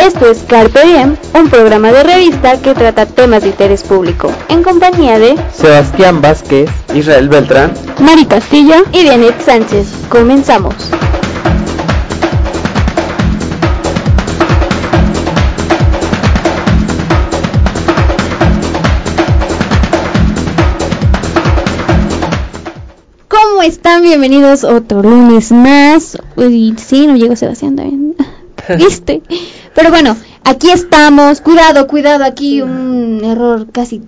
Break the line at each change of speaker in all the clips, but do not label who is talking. Esto es Carpe Diem, un programa de revista que trata temas de interés público, en compañía de
Sebastián Vázquez, Israel Beltrán.
Mari Castillo y Janet Sánchez. Comenzamos. ¿Cómo están? Bienvenidos otro lunes más. Uy, sí, no llegó Sebastián también. ¿Viste? Pero bueno, aquí estamos. Cuidado, cuidado, aquí un error casi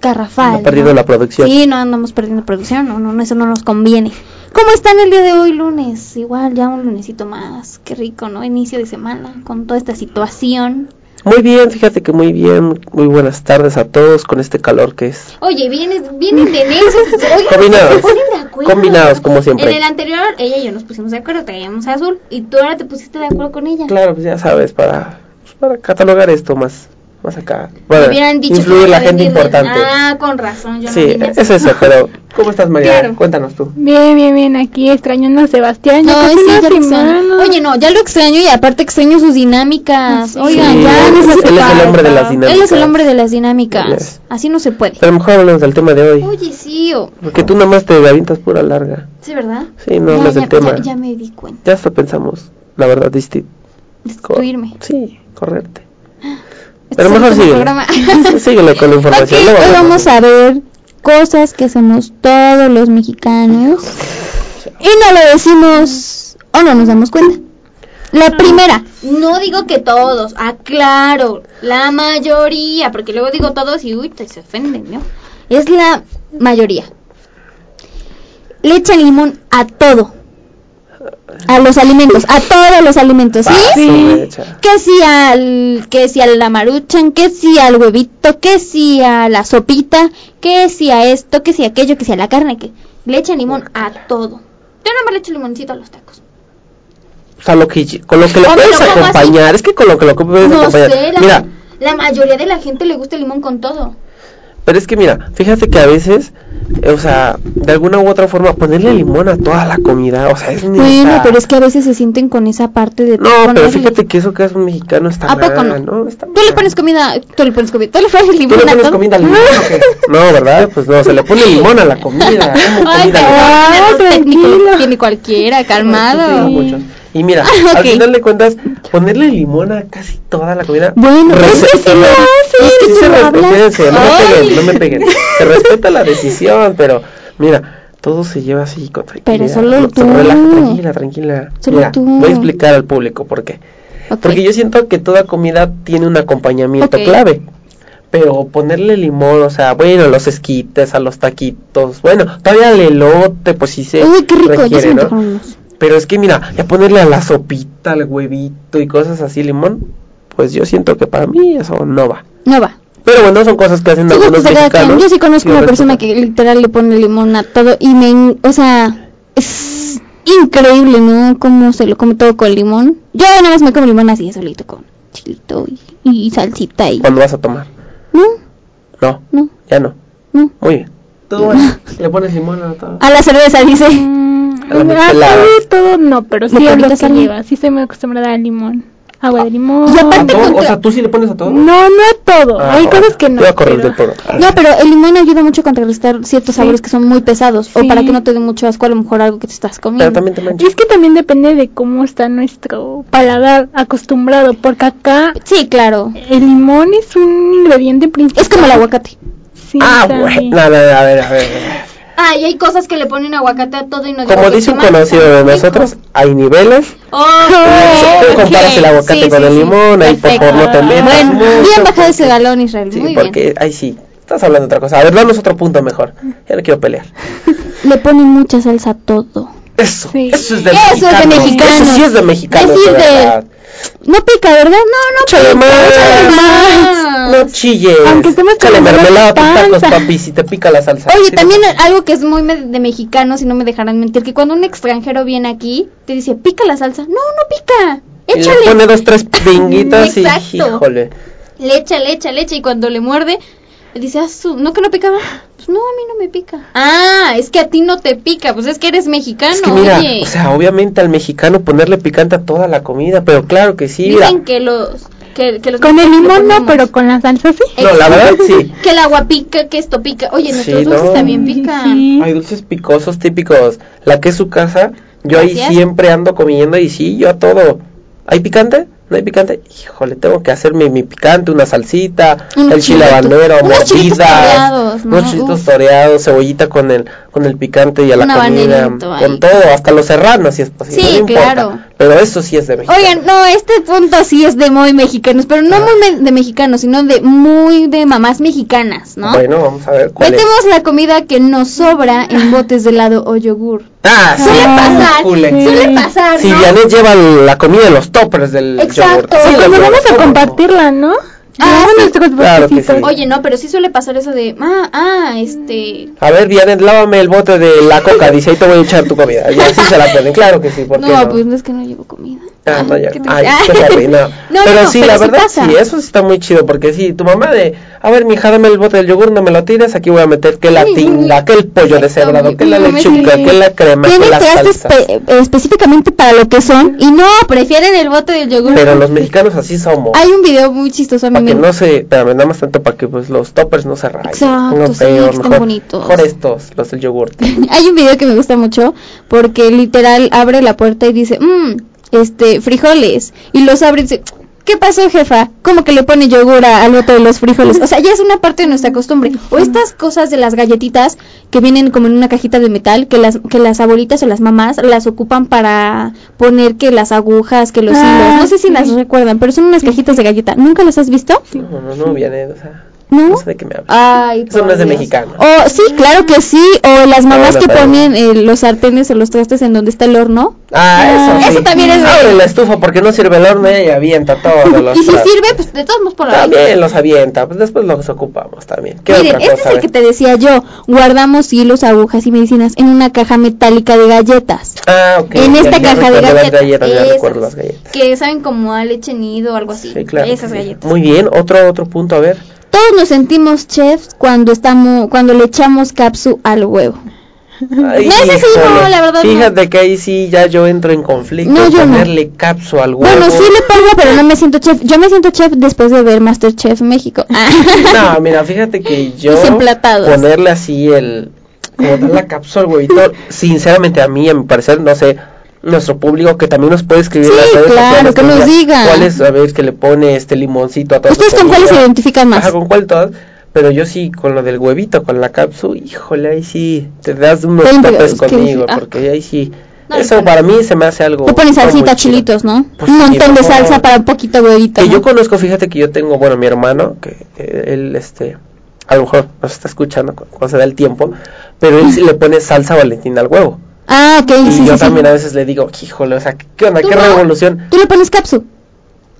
carrafal.
Ha perdido
¿no?
la producción.
Sí, no andamos perdiendo producción, no, no, no, eso no nos conviene. ¿Cómo están el día de hoy, lunes? Igual, ya un lunesito más, qué rico, ¿no? Inicio de semana, con toda esta situación.
Muy bien, fíjate que muy bien. Muy buenas tardes a todos con este calor que es.
Oye, vienen, vienen de negros, oigan,
Combinados.
se ponen de acuerdo.
Combinados, como siempre.
En el anterior, ella y yo nos pusimos de acuerdo, traíamos azul, y tú ahora te pusiste de acuerdo con ella.
Claro, pues ya sabes, para, pues para catalogar esto más, más acá. Para
Me hubieran dicho que
influir la
iba a
gente
venir de-
importante.
Ah, con razón, yo
sí,
no vine.
es eso, pero ¿cómo estás, María?
Claro.
Cuéntanos tú.
Bien, bien, bien, aquí extrañando a Sebastián.
No,
ya casi
sí,
una
ya lo
semana.
extraño. Oye, no, ya lo extraño y aparte extraño sus dinámicas.
Sí.
Oigan,
Sí,
ya
él
no
es-
se
él es el
puede.
hombre de las dinámicas.
Él es el hombre de las
Él
dinámicas.
es.
Así no se puede.
Pero a lo mejor hablamos del tema de hoy.
Oye, sí, o...
Porque tú nomás te avientas pura larga.
¿sí, verdad?
Sí, no
ya,
hablas
ya,
del tema.
Ya,
Ya,
ya me di cuenta.
hasta pensamos, la verdad, distinto.
Destruirme.
Sí, correcte.
Este es
Pero
el
mejor
último
síguele.
programa.
Síguele con la información.
Ok,
luego
hoy
hablamos.
vamos a ver cosas que hacemos todos los mexicanos y no lo decimos o no nos damos cuenta. La primera.
No digo que todos, aclaro, la mayoría, porque luego digo todos y uy,
pues,
se ofenden, ¿no?
Es la mayoría. Le echan limón a todo. A los alimentos, a todos los alimentos, ¿sí?
Paso, mecha.
Que si al que si a la maruchan, que si al huevito, que si a la sopita, que si a esto, que si a aquello, que si a la carne, que
Le echan limón a todo. Yo nomás le echo limoncito a los tacos.
O sea, lo que, con lo que lo
Hombre,
puedes
¿cómo
acompañar, es que con lo que lo puedes
No
acompañar.
sé, la,
Mira,
la mayoría de la gente le gusta el limón con todo.
pero es que mira, fíjate que a veces, eh, o sea, de alguna u otra forma, ponerle limón a toda la comida, o sea, es neta.
Bueno, pero es que a veces se sienten con esa parte de
No, pero
ponerle-
fíjate que eso que hace un mexicano está
¿A poco
mal,
no?
Está
Tú le
mal.
pones comida, tú le pones comida, tú le pones
¿Tú
limón
le
a
pones
todo.
comida al limón o qué? No, ¿verdad? Pues no, se le pone limón a la comida. ¿cómo
Ay,
comida limón?
no,
tranquilo.
Tiene cualquiera,
Eso
calmado.
te digo mucho. Y mira, al
Ok.
final de cuentas, ponerle limón a casi toda la comida.
Bueno,
Res-
es que sí lo hace, es que
Sí
tú
se re-
hablas.
fíjense, no me
Ay.
peguen, no me peguen. Se respeta la decisión, pero mira, todo se lleva así con tranquilidad.
Pero solo
no,
tú.
relaja, tranquila, tranquila.
Solo
mira,
tú.
voy a explicar al público por qué.
Ok.
Porque yo siento que toda comida tiene un acompañamiento
Ok.
clave. Pero ponerle limón, o sea, bueno, los esquites, a los taquitos, bueno, todavía al elote, pues sí se
Uy, qué rico, ya se
requiere,
me
¿no?
antojaron unos.
Pero es que mira, ya ponerle a la sopita, al huevito y cosas así limón, pues yo siento que para mí eso no va.
No va.
Pero bueno, son cosas que hacen
Sí,
algunos
justo se queda
mexicanos.
quien. Yo sí conozco
y
una
respetan.
persona que literal le pone limón a todo y me, en- o sea, es increíble, ¿no? Cómo se lo come todo con limón. Yo nada más me como limón así, solito con chilito y, y salsita y,
Cuando vas a tomar.
¿no?
No,
No,
ya no.
no.
Muy bien. Tú bueno, le pones limón a todo.
A la cerveza dice.
Mm,
A la
ah,
michelada.
todo, todo no, pero sí
No,
es lo
ahorita
que
sale.
lleva. Sí estoy muy acostumbrada al limón. Agua de limón.
Y
¿A
aparte
todo?
con
O
tu-
sea, tú sí le pones a todo.
No, no a todo.
Ah,
Hay
bueno,
cosas que
te
no.
voy a correr
pero-
de todo.
No, pero el limón ayuda mucho a contrarrestar ciertos
Sí.
sabores que son muy pesados o
Sí.
para que no te dé mucho asco a lo mejor algo que te estás comiendo.
Pero también te
Y
manchas.
es que también depende de cómo está nuestro paladar acostumbrado, porque acá
Sí, claro.
el limón es un ingrediente principal.
Es como el aguacate.
Sí,
Ah,
sabe.
bueno. No, no, no, a ver, a ver. a ver.
Ay, hay cosas que le ponen aguacate a todo y no
Como dice un conocido de nosotros, hay niveles.
Oh,
Tú comparas el aguacate
Sí,
con
sí,
el
sí.
limón, ahí por favor no te metas.
Bueno,
mucho,
bien bajado ese
porque-
galón, Israel.
Sí,
Muy bien.
porque ahí sí. Estás hablando de otra cosa. A ver, danos otro punto mejor. Ya no quiero pelear.
Le ponen mucha salsa a todo.
Eso,
Sí.
eso es de
Eso es de
mexicanos.
mexicanos.
Eso sí es de mexicanos.
Eso es de-
verdad.
No pica, ¿verdad? No, no
Échale
pica.
más.
échale más.
No chilles.
Aunque estemos
Échale
comiendo
mermelada a tus
salsa.
tacos, papi, si te pica la salsa.
Oye,
Sí,
también
no.
algo que es muy me- de mexicanos y no me dejarán mentir, que cuando un extranjero viene aquí, te dice, pica la salsa. No, no pica.
Y le pone
Échale.
dos, tres pinguitas y
Exacto.
híjole.
Le echa, le echa, le echa y cuando le muerde, le dice, ah, su- no que no picaba. Pues no, a mí no me pica. Ah, es que a ti no te pica, pues es que eres
Ah,
mexicano,
es que mira,
oye.
o sea, obviamente al mexicano ponerle picante a toda la comida, pero claro que sí. mira.
Dicen que los... Que, que los
Con el
mexicanos
limón
le
no,
ponemos-
pero con la salsa sí.
No, la verdad sí.
Que el agua pica, que esto pica. Oye, nuestros
Sí,
dulces
no.
también pican.
Sí.
Hay dulces picosos típicos. La que es su casa, yo ahí
Gracias.
siempre ando comiendo y sí, yo a todo. ¿Hay picante? ¿No hay picante? Híjole, tengo que hacerme mi picante, una salsita,
Unos
el chile
chilitos-
habanero,
unos chilitos
mordidas,
toreados, ¿no?
unos chilitos
Uf.
toreados, cebollita con el con el picante y a la
Un
comida,
habanerito ahí.
con todo, hasta los serranos si es posible.
Sí,
no importa.
claro.
Pero eso sí es de México.
Oigan, no, este punto sí es de muy mexicanos, pero
Ah.
no muy me- de mexicanos, sino de muy de mamás mexicanas, ¿no?
Bueno, vamos a ver cuál es.
Metemos la comida que nos sobra en botes de helado o yogur.
Ah, sí,
Suele pasar,
culen.
suele pasar,
Si
¿no?
Vianney lleva la comida en los toppers del
Exacto.
yogur. Sí,
Como
los
Pues vamos a
yogur.
compartirla, ¿no? Llevamos nuestros
Ah, Claro que
botecitos.
sí.
Oye, no, pero sí suele pasar eso de, ah, ah, este...
A ver, Vianet, lávame el bote de la coca. Dice, ahí te voy a echar tu comida. Y así se la ponen. Claro que sí, ¿por qué
No,
no?
pues no es que no llevo comida.
Ah, no, ya.
¿qué te-
Ay,
Ah.
qué terrible, no.
No,
Pero
no, no,
sí,
pero
la
sí
verdad,
pasa.
sí, eso sí está muy chido. Porque sí, tu mamá de, a ver, mija, dame el bote del yogur, no me lo tires. Aquí voy a meter que la
Uy, uy,
tinga, que el pollo deshebrado, que la
uy, me
lechuga,
sentí-
que la crema, que
Tienen
la
trastes
salsa.
espe- específicamente para lo que son y no prefieren el bote del yogur.
Pero los mexicanos así somos.
Hay un video muy chistoso a mí
Para que
me-
no se, espérame, nada más tanto para que pues los toppers no se rayen.
Exacto,
no
sí,
peor,
están
mejor,
bonitos.
mejor estos, los del yogur.
Hay un video que me gusta mucho porque literal abre la puerta y dice, mmm, este, frijoles. Y los abre y dice, ¿qué pasó jefa? ¿Cómo que le pone yogur a- al bote de los frijoles? O sea, ya es una parte de nuestra costumbre. O estas cosas de las galletitas que vienen como en una cajita de metal, que las, que las abuelitas o las mamás las ocupan para poner que las agujas, que los
Ah,
hilos. No sé si
sí.
las recuerdan, pero son unas cajitas de galleta. ¿Nunca las has visto?
No, no, no, Vianet, o sea,
¿No?
no sé de qué me hablas.
Ay,
Eso no es de
por Dios.
mexicano.
O Oh, sí, claro que sí. O las mamás
Bueno,
que
pero-
ponen eh, los sartenes o los trastes en donde está el horno.
Ah, eso, sí.
eso también es de-
Abre la estufa porque no sirve el horno y avienta todos los
Y si
trastes.
sirve, pues de todos modos por la
También los avienta, pues después los ocupamos también. ¿Qué
Miren,
otra
este es
cosa?
el que te decía yo. Guardamos hilos, agujas y medicinas en una caja metálica de galletas.
Ah, ok.
en
ya,
esta
ya
caja de
recuerdo las
galletas,
galletas. Ya
esas.
recuerdo las galletas.
Que saben como a leche nido o algo así.
Sí, claro.
Esas galletas.
Muy bien, otro otro punto, a ver.
Todos nos sentimos chefs cuando estamos, cuando le echamos capsu al huevo.
Ay,
No, ese sí,
híjole.
no, la verdad no.
Fíjate que ahí sí ya yo entro en conflicto.
No, yo no.
ponerle capsu al huevo.
Bueno, sí le pongo, pero no me siento chef. Yo me siento chef después de ver Masterchef México.
No, mira, fíjate que yo
Los emplatados.
ponerle así el como dar la cápsula al huevito, sinceramente a mí a mi parecer no sé nuestro público que también nos puede escribir en
Sí,
las redes
claro,
sociales,
que nos diga.
cuál es a ver que le pone este limoncito a todos.
¿Ustedes con cuáles se identifican más?
Ajá, con cuál todas, pero yo sí con lo del huevito, con la cápsula, híjole, ahí sí te das unos
Pero,
topes
es que-
conmigo
ah.
porque ahí sí
No,
eso
no.
para mí se me hace algo
Le ponen
no muy
salsita,
chido.
chilitos, ¿no?
Pues
Un
sí,
montón de
no.
salsa para un poquito huevito.
Que
¿no?
yo conozco, fíjate que yo tengo, bueno, mi hermano, que eh, él, este, a lo mejor nos está escuchando cu- cuando se da el tiempo, pero él sí le pone salsa valentina al huevo.
Ah, ok,
Y
sí,
yo
sí, sí.
también a veces le digo, híjole, o sea, ¿qué onda?
¿Tú
¿Qué
no?
revolución?
Tú le pones capsu.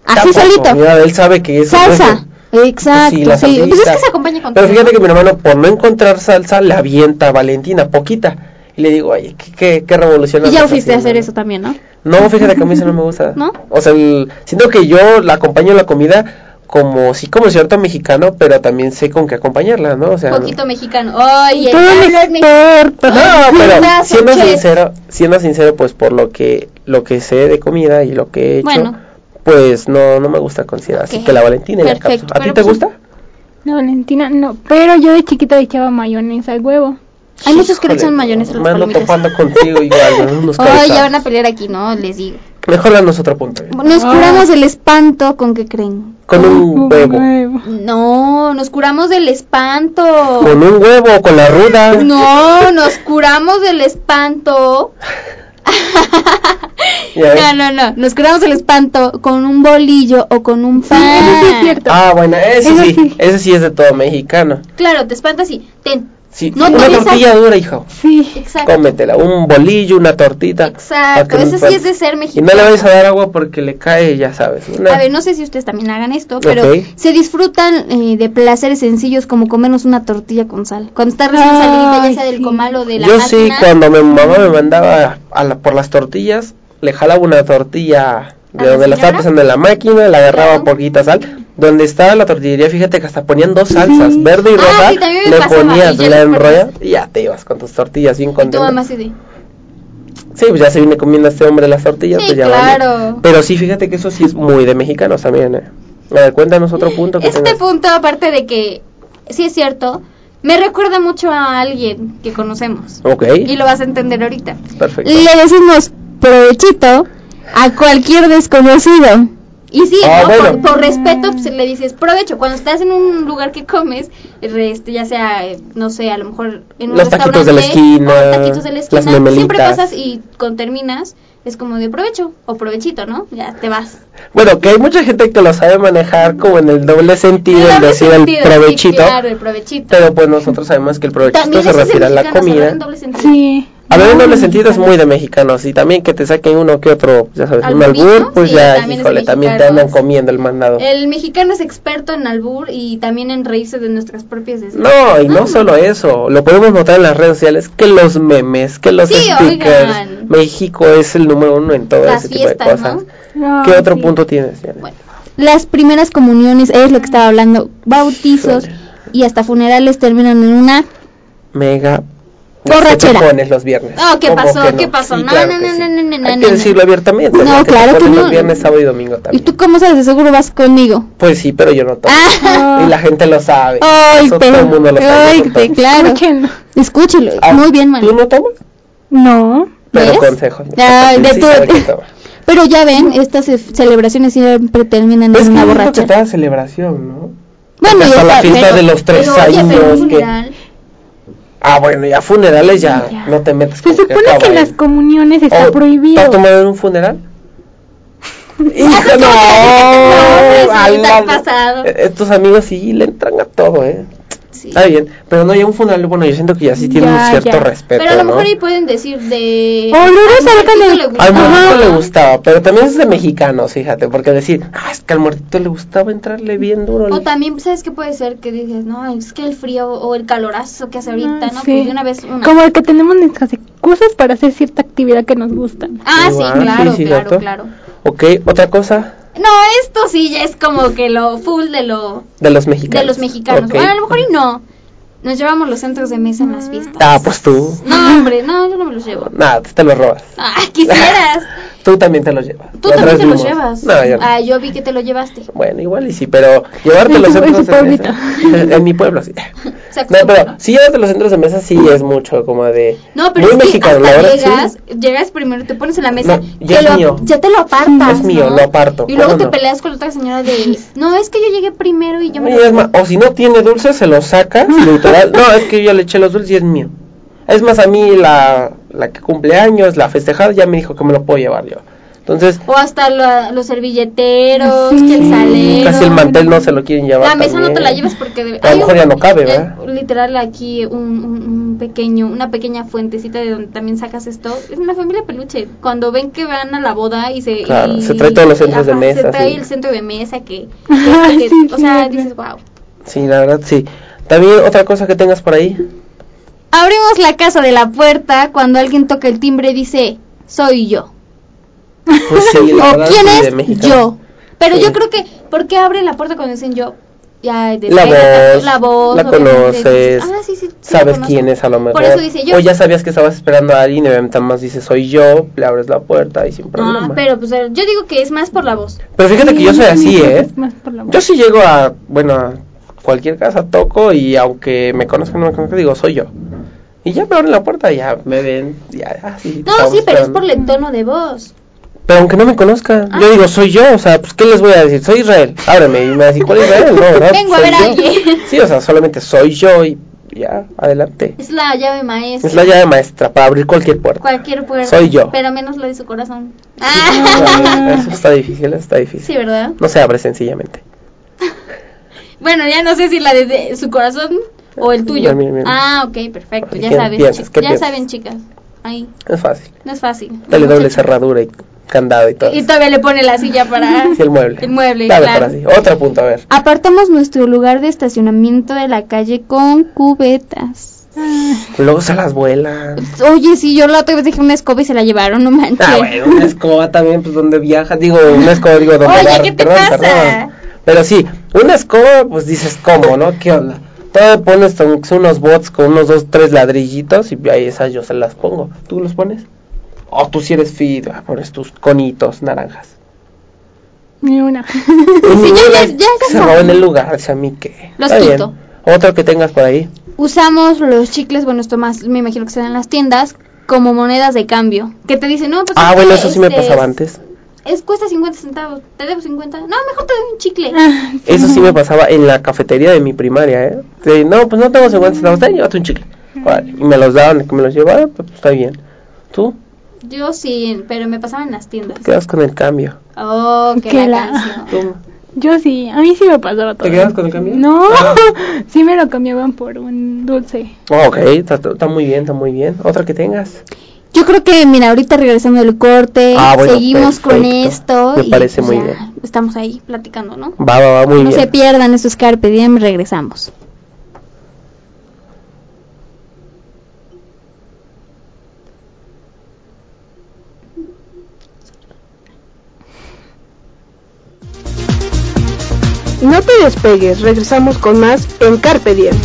Así
Tampoco,
solito.
mira, él sabe que es
Salsa. Exacto,
Sí, la
sí.
salsita.
Pues es que
se acompaña con
Pero
todo,
fíjate
¿no?
que mi hermano, por no encontrar salsa, le avienta valentina, poquita. Y le digo, oye, ¿qué, qué, qué revolución?
Y ya
andas
fuiste a hacer
haciendo,
eso también, ¿no?
No, fíjate que a mí eso no me gusta.
¿No?
O sea, el- siento que yo la acompaño en la comida como sí como cierto mexicano, pero también sé con qué acompañarla, ¿no? O sea, no-
Poquito mexicano. Oye,
Todo
ya
un
hablas mexicano.
experto.
No, pero
Cuidado,
siendo
chef.
sincero, siendo sincero, pues por lo que lo que sé de comida y lo que he hecho,
Bueno.
pues no no me gusta considerar, así
Ok.
que la Valentina y la
Perfecto,
cápsula. ¿A ti
pero
te
pues-
gusta?
No, Valentina, no. Pero yo de chiquita le echaba mayonesa al huevo.
Hay muchos que le echan
Híjole,
mayonesa a las
Me ando
palomitas.
topando contigo igual, ¿no? unos
Ay,
cabezados.
ya van a pelear aquí, ¿no? Les digo.
Mejor danos otro punto. ¿eh?
Nos curamos el espanto con que creen.
Con un Uh, huevo.
No, nos curamos del espanto.
Con un huevo, con la ruda.
No, nos curamos del espanto.
Ya ves.
No, no, no.
Nos curamos el espanto con un bolillo o con un pan.
Ah, bueno, ese
Eso
sí,
sí.
ese sí es de todo mexicano.
Claro, te espantas y ten.
Sí,
No
una
utiliza-
tortilla dura, hijo.
Sí.
Exacto.
Cómetela, un bolillo, una tortita.
Exacto,
para que no
ese sí es
enferme.
de ser
Y
mexicano.
no le vayas a dar agua porque le cae, ya sabes. una-
A ver, no sé si ustedes también hagan esto, pero
Ok.
se disfrutan eh, de placeres sencillos como comernos una tortilla con sal. Cuando estás recién salidita, ya
Ay,
sea del comal o de la
Yo sí,
máquina,
cuando mi mamá me mandaba a la- por las tortillas, le jalaba una tortilla de
la
donde la estaba
señora?
pasando en la máquina, la agarraba
Claro.
por poquita sal. Donde estaba la tortillería, fíjate que hasta ponían dos salsas, verde y
Ah,
roja.
sí, también me
le
pasaba,
ponías,
y ya
la
les ponías.
enrollas y ya te ibas con tus tortillas bien
y tu
contenta.
mamá así de,
Sí, pues ya se viene comiendo este hombre las tortillas.
Sí,
pues ya
claro.
vale. Pero sí, fíjate que eso sí es muy de mexicanos también. ¿eh? A ver, cuéntanos otro punto que
Este
tengas.
punto, aparte de que sí es cierto, me recuerda mucho a alguien que conocemos.
Ok,
Y lo vas a entender ahorita.
perfecto.
Le decimos provechito a cualquier desconocido.
Y sí,
Ah,
¿no?
bueno.
por, por respeto pues, le dices provecho. Cuando estás en un lugar que comes, re- este, ya sea, eh, no sé, a lo mejor en un
Los taquitos de la
restaurante,
esquina,
o los taquitos de la
las
esquina, siempre
memelitas.
pasas y con terminas es como de provecho o provechito, ¿no? Ya te vas.
Bueno, que hay mucha gente que lo sabe manejar como en el doble sentido,
El
el
doble
decir el
sentido, sí,
provechito.
claro, el provechito.
Pero pues nosotros sabemos que el provechito
También
se
eso es de
refiere a la
mexicanos, hablar
comida.
en doble sentido.
Sí.
Hablar en
Muy
doble sentido es
mexicano.
muy de mexicanos. Y también que te saquen uno que otro, ya sabes, un
Albur,
albur,
¿no?
pues
Sí,
ya,
también es de
híjole, también te
mexicanos.
andan comiendo el mandado.
El mexicano es experto en albur y también en reírse de nuestras propias desgracias.
No, y no
Mm.
solo eso, lo podemos notar en las redes sociales, que los memes, que los
Sí,
stickers,
oigan.
México es el número uno en todo
Las
ese tipo de
fiestas,
cosas.
Ah,
No,
¿Qué otro
sí.
punto tienes? Janet?
Bueno.
Las primeras comuniones, es lo que estaba hablando, bautizos
Híjole.
y hasta funerales terminan en una...
Mega
Borrachera.
¿Qué te pones los viernes.
No, Oh, ¿qué
¿Cómo
pasó?
que
¿Qué pasó?
Sí,
No,
claro
no,
que
no,
sí.
no, no, no,
Hay
no,
que
no.
decirlo abiertamente.
No,
porque te
claro que
pones
no.
Los viernes, sábado y domingo
¿Y
también.
tú cómo sabes? De seguro vas conmigo.
Pues sí, pero yo no tomo.
Ah.
Y la gente lo sabe.
Ay,
Eso todo el
pero...
mundo lo sabe.
Ay,
yo no tomo.
pe- claro.
Escuchen.
Escúchelo.
Ah,
Muy bien,
¿Tú
Manuel.
no tomas?
No.
Pero
¿Ves?
consejos.
Ah, de
Sí
tu-
sabe que toma.
Pero ya ven, estas ce- celebraciones siempre terminan
Es
en
que
una
es lo que
borrachera.
toda celebración, ¿no?
Bueno,
Hasta
ya
la
está,
fiesta
pero-
de los tres
Pero oye,
años.
pero un
que-
funeral,
Ah, bueno, ya funerales ya, no te metes
Se
con
supone que
caballo.
las comuniones está
Oh, ¿Te
prohibido.
has tomado en un funeral? ¡Hijo, no!
Ah, sí, te has
Ala,
pasado.
eh, Estos amigos sí le entran a todo, ¿eh?
sí.
Está bien, pero no, ya un funeral, bueno, yo siento que ya sí tiene
Ya,
un cierto
ya.
respeto,
Pero a lo
¿no?
mejor ahí pueden decir de...
O luego
Al
sacan
muertito
el-
le gustaba.
Al muertito le gustaba, pero también es de mexicanos, fíjate, porque decir, ah, es que al muertito le gustaba entrarle bien duro.
O
al-".
también, ¿sabes qué puede ser? Que dices, no, es que el frío o el calorazo que hace ahorita,
Ah,
¿no?
sí.
Pues de una vez una...
Como el que tenemos nuestras excusas para hacer cierta actividad que nos gusta.
Ah, sí,
Igual,
claro,
sí, sí,
claro,
gato.
claro.
Ok, otra cosa
No, esto sí ya es como que lo full de lo...
de los mexicanos.
de los mexicanos.
Ok.
Bueno, a lo mejor y no. Nos llevamos los centros de mesa en
Mm.
las fiestas.
Ah, pues tú.
No, hombre, no, yo no me los llevo.
Nada, te los robas.
Ah, quisieras.
Tú también te los llevas.
Tú
La otra
también
vez
te los
vimos.
llevas.
No, yo no.
Ah, yo vi que te lo llevaste.
Bueno, igual y sí, pero llevarte
En
los
tu- en
centros
tu
de
pueblito.
mesa. En, mi pueblo, sí.
Se
No,
acostumbra.
pero si llevarte los centros de mesa, sí es mucho, como de.
No, pero
muy
es que
mexicano, la
hasta
verdad.
llegas,
sí.
llegas primero, te pones en la mesa,
No, ya
te
es
lo-
mío.
ya te lo apartas,
Es mío,
¿no?
lo aparto,
Y luego
¿cómo
te
no?
peleas con la otra señora de, no, es que yo llegué primero y yo me
Y
lo...
es más, o si no tiene dulces, se los saca, literal. No, es que yo le eché los dulces y es mío. Es más, a mí la, la que cumple años, la festejada, ya me dijo que me lo puedo llevar yo. Entonces,
O hasta la- los servilleteros, que el
mm,
salero.
casi el mantel no se lo quieren llevar.
La mesa no te la
también.
llevas porque... de-
A lo
hay
mejor
un-
ya no cabe, ¿verdad?
eh, Literal aquí un, un- un pequeño, una pequeña fuentecita de donde también sacas esto. Es una familia peluche. Cuando ven que van a la boda y se...
Claro,
y-
se trae todos los centros de
ajá,
mesa,
Se trae
sí.
el centro de mesa que...
Ah,
que-
sí,
o sea,
sí,
dices, wow.
Sí, la verdad, sí. También otra cosa que tengas por ahí.
Abrimos la casa de la puerta cuando alguien toca el timbre y dice, soy yo.
Pues sí, la
¿O
verdad,
quién
sí, de
es?
México.
Yo.
Pero
Sí.
yo creo que, ¿por qué abre la puerta cuando dicen yo? Ya, de-
La
de-
voz,
la voz,
la
obviamente,
conoces,
dices, ah, sí, sí, sí, la
Sabes
conozco".
quién es a lo mejor.
Por eso dice yo. "Ah,
O ya sabías que estabas esperando a alguien y nada más dice soy yo, le abres la puerta y sin problema.
Ah, pero pues eh, yo digo que es más por la voz.
Pero fíjate que yo soy así, ¿eh?
Es más por la-
Yo sí llego a, bueno, a cualquier casa toco y aunque me conozcan o no me conozcan, digo soy yo. Y ya me abren la puerta, ya me ven, ya, ya, sí,
No,
estamos
sí, pero es
esperando.
por el tono de voz.
Pero aunque no me conozca,
Ah.
yo digo, soy yo, o sea, pues ¿qué les voy a decir? Soy Israel, ábreme. Y me decís, ¿cuál es Israel? No, ¿verdad?
Vengo a
Soy
ver a
yo.
alguien.
Sí, o sea, solamente soy yo y ya, adelante.
Es la llave maestra.
Es la llave maestra para abrir cualquier puerta.
Cualquier puerta.
Soy yo.
Pero menos la de su corazón.
Eso está difícil, eso está difícil.
Sí, ¿verdad?
No se abre sencillamente.
Bueno, ya no sé si la de, de su corazón o el
Mira,
tuyo.
mira, mira.
Ah, ok, perfecto. Ya
¿Qué
sabes,
piensas?
chi-
¿Qué
ya
piensas?
saben, chicas. Ahí,
Es fácil.
no es fácil.
Dale doble
Muchacho.
cerradura y candado y todo.
Y todavía le pone la silla para...
Y el mueble.
El mueble,
Dale
claro.
para así. Otro punto, a ver.
Apartamos nuestro lugar de estacionamiento de la calle con cubetas.
Luego se las vuelan.
Oye, sí, yo la otra vez dejé una escoba y se la llevaron, no manches.
Ah, bueno, una escoba también, pues donde viajas, digo, una escoba, digo, donde
Oye,
barres,
¿qué te
perdón,
pasa?
perdón. Pero sí, una escoba, pues dices, ¿cómo, no? ¿Qué onda? Todo pones tan- unos bots con unos dos, tres ladrillitos y ahí esas yo se las pongo. ¿Tú los pones? Oh, tú si eres fit, ah, pones tus conitos naranjas.
Ni una.
Sí,
ya- ya es
se
eso.
roban el lugar, o sea, a mí que.
Los
Está bien.
quito.
Otro que tengas por ahí.
Usamos los chicles, bueno, esto más me imagino que están en las tiendas, como monedas de cambio. Que te dicen, no, pues...
Ah,
es
bueno,
que
eso sí me
este,
pasaba antes.
Es, cuesta 50 centavos, te debo 50. No, mejor te doy un chicle.
Ah.
Ah,
Eso sí me pasaba en la cafetería de mi primaria, ¿eh? Sí, no, pues no tengo 50 centavos, ten, llévate un chicle. Órale, Y me los daban, que me los llevaba, pues está bien. ¿Tú?
Yo sí, pero me pasaba en las tiendas.
Te quedas con el cambio.
Oh, qué,
Que
la
la-
canción.
¿Tú?
Yo sí, a mí sí me pasaba todo.
¿Te quedas con el cambio?
No, sí me lo cambiaban por un dulce.
Oh, ok, está, está muy bien, está muy bien. Otra que tengas.
Yo creo que, mira, ahorita regresamos del corte,
Ah, bueno,
seguimos con
perfecto.
esto.
Me
y
parece muy
ya
bien.
Estamos ahí.
Platicando, ¿no?
Va, va, va, muy
No se
bien.
pierdan esos Carpe Diem, regresamos.
No te despegues, regresamos con más en Carpe Diem.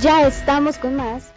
Ya estamos con más.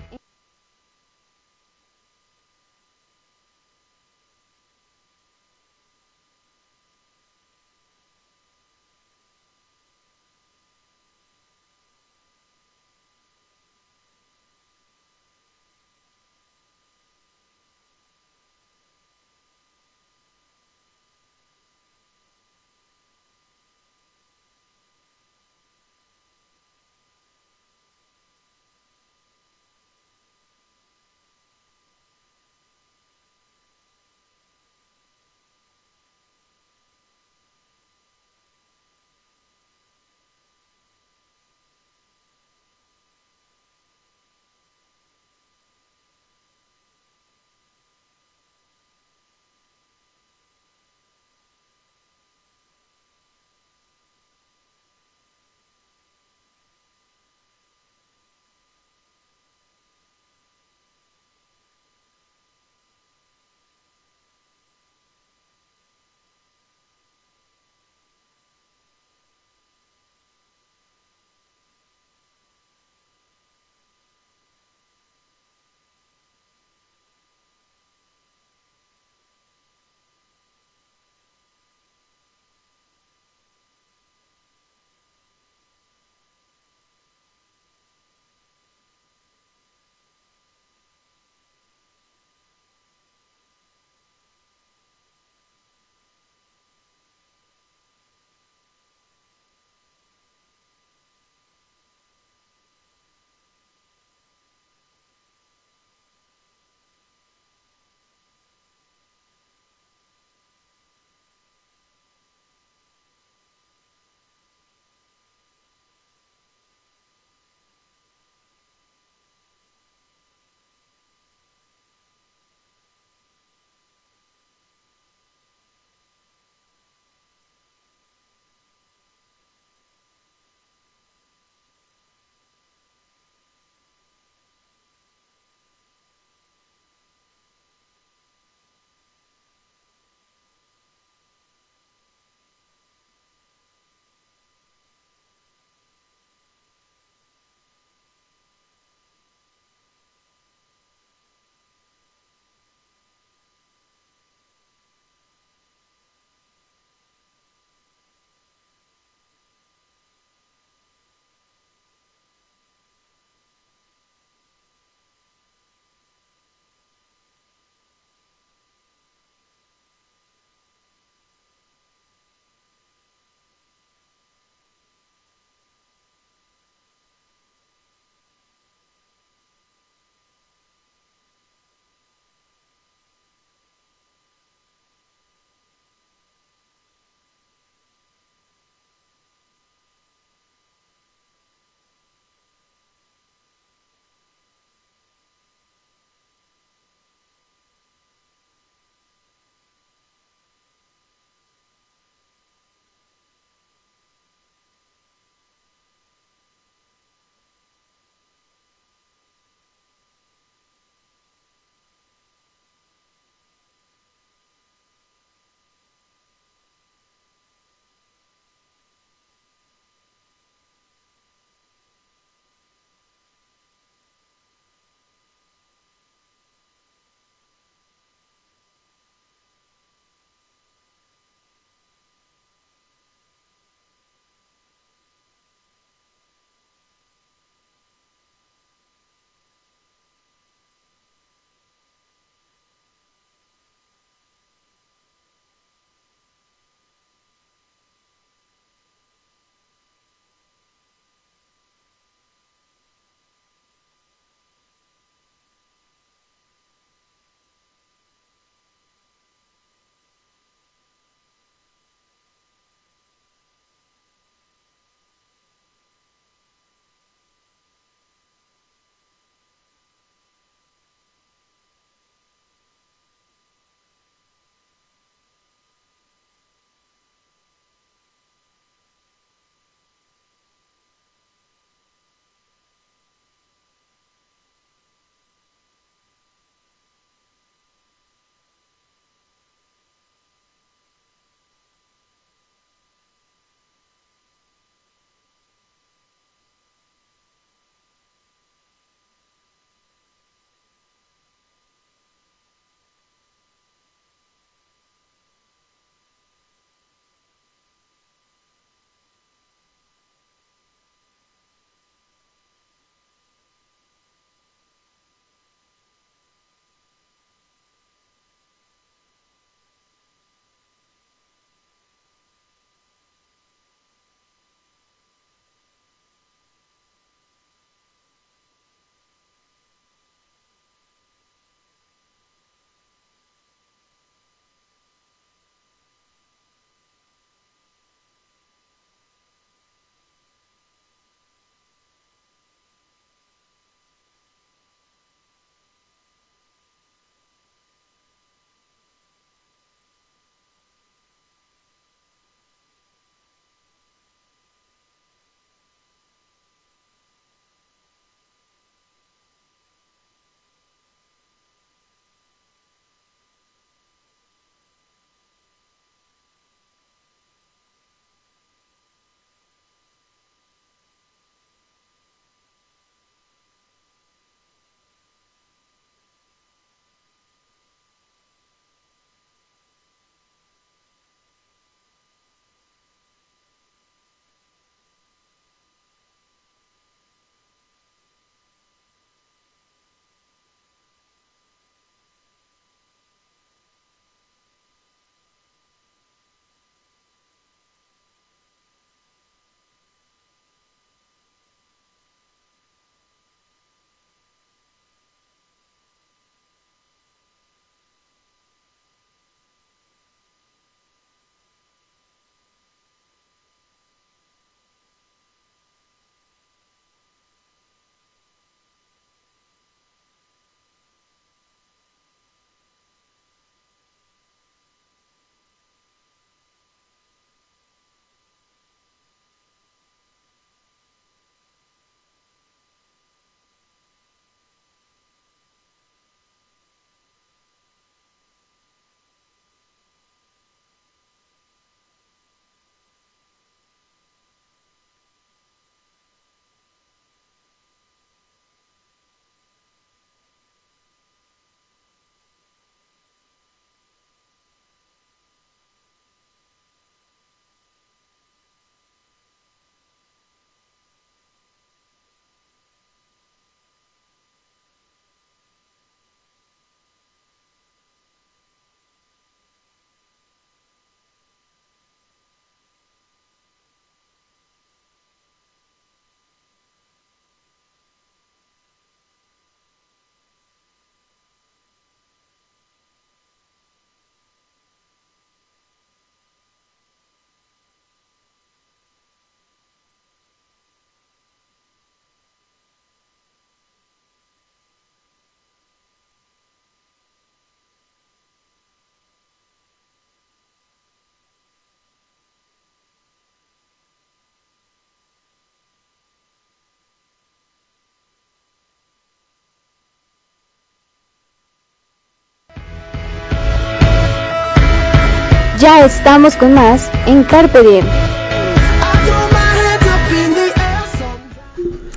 ya estamos con más en Carpe Diem.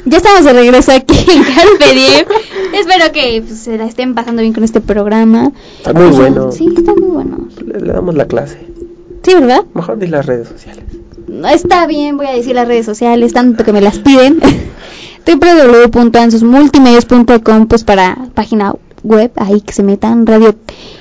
Ya estamos de regreso aquí en Carpe Diem.
Espero que pues, se la estén pasando bien con este programa.
Está muy bueno.
pues, Sí, está muy bueno.
Le, le damos la clase.
Sí, ¿verdad?
Mejor di las redes sociales.
No, Está bien, voy a decir las redes sociales, tanto que me las piden. www.ansosmultimedios.com, pues para página web, ahí que se metan, radio,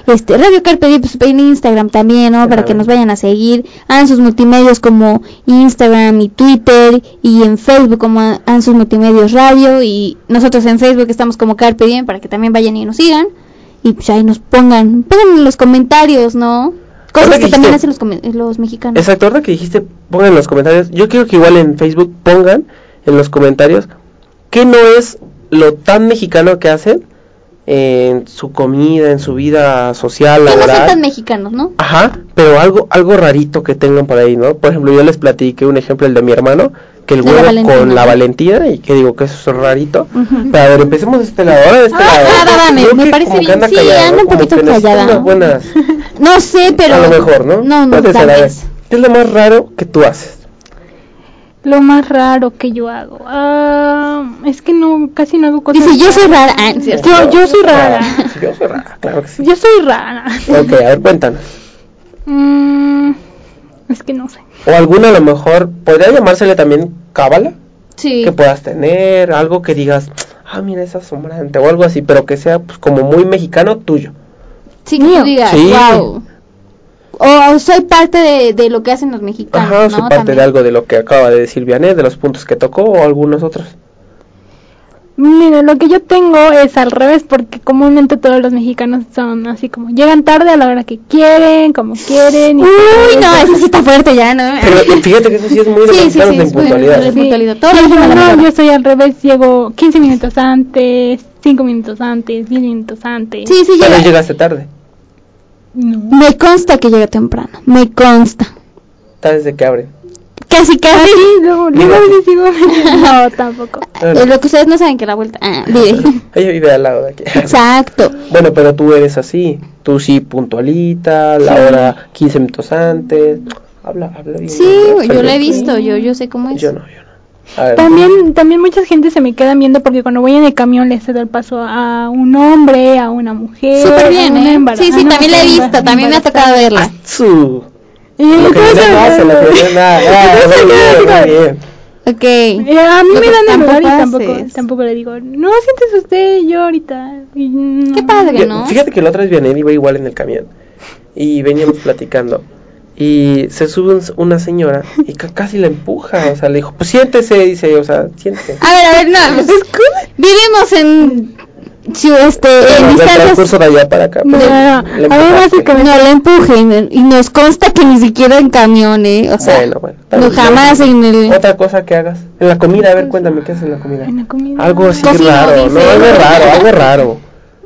este, radio Carpe Diem, pues, en Instagram también, ¿no? Para que nos vayan a seguir, Ansos Multimedios como Instagram y Twitter, y en Facebook como A- Ansos Multimedios Radio, y nosotros en Facebook estamos como Carpe Diem, para que también vayan y nos sigan, y pues ahí nos pongan, pongan en los comentarios, ¿no? Cosas
Ahora
que
que
también hacen
dijiste-
los, come- los mexicanos.
Exacto, ahora que dijiste, pongan en los comentarios. Yo quiero que igual en Facebook pongan en los comentarios qué no es lo tan mexicano que hacen en su comida, en su vida social,
Que no son
laboral.
tan mexicanos, ¿no?
Ajá, pero algo algo rarito que tengan por ahí, ¿no? Por ejemplo, yo les platiqué un ejemplo, el de mi hermano, que el
De la
huevo
Valentina.
con la Valentina, y que digo que eso es rarito. Pero a ver, empecemos de este lado, ahora de este lado.
ah, va, va, me-
Creo
me
que
parece
como que
bien. Sí,
callada,
anda un
¿no? Como
poquito
que necesita
callada,
unas
¿no?
buenas-
No sé, pero.
a lo mejor, ¿no?
No, no,
Puede
tal
ser, a ver,
vez.
¿Qué es lo más raro que tú haces?
Lo más raro que yo hago. Ah, es que no, casi no hago cosas.
Dice, yo soy rara. Ah, no es cierto.
Yo, yo soy rara.
Sí, Yo soy rara, claro que sí.
Yo soy rara.
Ok, a ver, cuéntanos.
Mm, es que no sé.
O alguna a lo mejor, podría llamársele también cábala,
Sí.
que puedas tener, algo que digas, ah, mira, es asombrante, o algo así, pero que sea pues, como muy mexicano tuyo.
Sí, que tú digas,
Sí.
wow. O soy parte de, de lo que hacen los
Ah,
mexicanos,
Ajá,
¿no?
soy parte
También.
de algo de lo que acaba de decir Vianet, de los puntos que tocó, o algunos otros.
Mira, lo que yo tengo es al revés, porque comúnmente todos los mexicanos son así como llegan tarde a la hora que quieren, como quieren. y-
Uy, no, esta sí está fuerte ya, ¿no?
Pero eh, fíjate que eso sí es muy de
Sí, sí,
mexicanos
sí,
de
es muy
impuntualidad.
de-
Sí.
puntualidad. Todos
Sí,
los
yo
llegan a la
no,
hora.
yo soy al revés, llego 15 minutos antes, 5 minutos antes, 10 minutos antes.
Sí, sí,
Pero
llega.
llegaste tarde.
No.
Me consta que llega temprano. Me consta.
Tarde desde que abren.
Casi, casi.
No, luego a veces digo, no, tampoco.
Eh, Lo que ustedes no saben que la vuelta. Ah, vive.
Ella vive al lado de aquí.
Exacto.
Bueno, pero tú eres así. Tú sí puntualita, la hora 15 minutos antes. Habla, habla bien.
Sí,
Habla
yo lo he
bien.
visto, yo, yo sé cómo es.
Yo no, yo no. A ver,
También, también mucha gente se me queda viendo porque cuando voy en el camión le cedo el paso a un hombre, a una mujer.
Súper bien,
a Ah, una
¿eh?
embara-
Sí,
a
sí,
una
también la he
mujer
visto, también me ha tocado verla.
su.
Y eh, yo,
Lo que
¿cómo
no
se-
se hace, lo que no es nada. Ah,
Yo
muy
sé que
bien, muy
digo-
bien.
Ok.
Eh, a mí
Lo
me
que
dan el
tampoco
lugar y tampoco,
haces.
tampoco le digo, no, siéntese usted, yo ahorita. Y no.
Qué padre,
Yo-
¿no?
Fíjate que la otra vez Vianel iba igual en el camión y veníamos platicando y se sube un- una señora y ca- casi la empuja, o sea, le dijo, pues siéntese, dice, o sea, siéntese.
A ver, a ver, no. pues, Vivimos en. sí, Este, en
Pero del
distancias.
transcurso de allá para acá.
No,
pues,
no,
le
no. A mí
empujaste.
básicamente.
No la empujen. Y nos consta que ni siquiera en camión, ¿eh? O sea,
Bueno, bueno, está
no
bien.
jamás en el.
Otra cosa que hagas. En la comida, a ver, cuéntame, ¿qué haces en la comida?
En la comida.
Algo así
Cocino,
raro,
dice.
no, algo raro, algo raro.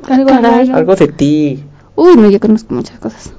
Algo,
Caray.
raro.
Algo de ti.
Uy, no, yo conozco muchas cosas.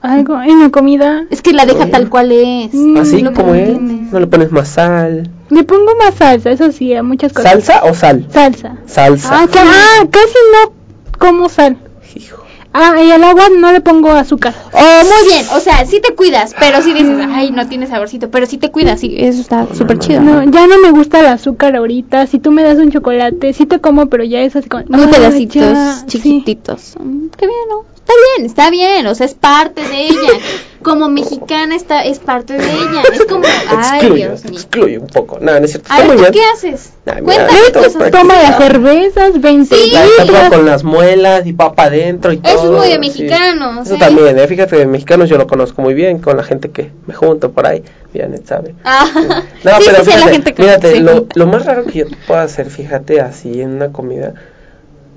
algo en la comida.
Es que la deja tal cual es.
Mm,
Así
lo que
como
me
es.
entiende.
No le pones más sal.
Le pongo más salsa, eso sí, a muchas cosas.
¿Salsa o sal?
Salsa.
Salsa.
Ah, ca- ah, casi no como sal.
Hijo.
Ah, y al agua no le pongo azúcar.
Oh, muy bien, o sea, sí te cuidas, pero sí dices, ay, no tiene saborcito, pero sí te cuidas, sí.
Eso está súper chido.
No, ya no me gusta el azúcar ahorita. Si tú me das un chocolate, sí te como, pero ya es así como...
Muy
ah,
pedacitos,
ya,
chiquititos. Mm,
Qué bien, ¿no? Está bien, está bien, o sea, es parte de ella. Como mexicana está, es parte de ella. Es como, ay,
excluye,
Dios mío.
excluye un poco. No, no es cierto.
A
Está
ver,
muy
¿tú
bien.
qué haces?
Nah, mira,
Cuéntame pues,
todo
cosas.
sí. Toma las cervezas, 20
Sí.
La
litros.
tapa con las muelas y papa adentro y todo.
Eso es muy de
sí.
mexicanos,
Eso
¿eh?
también, ¿eh? Fíjate, de mexicanos yo lo conozco muy bien con la gente que me junto por ahí. Bien, ¿sabes?
Ah,
No,
sí,
pero
sí, sí, a la
fíjate,
gente que
mírate,
se
lo,
junta.
lo más raro que yo puedo hacer, fíjate, así en una comida,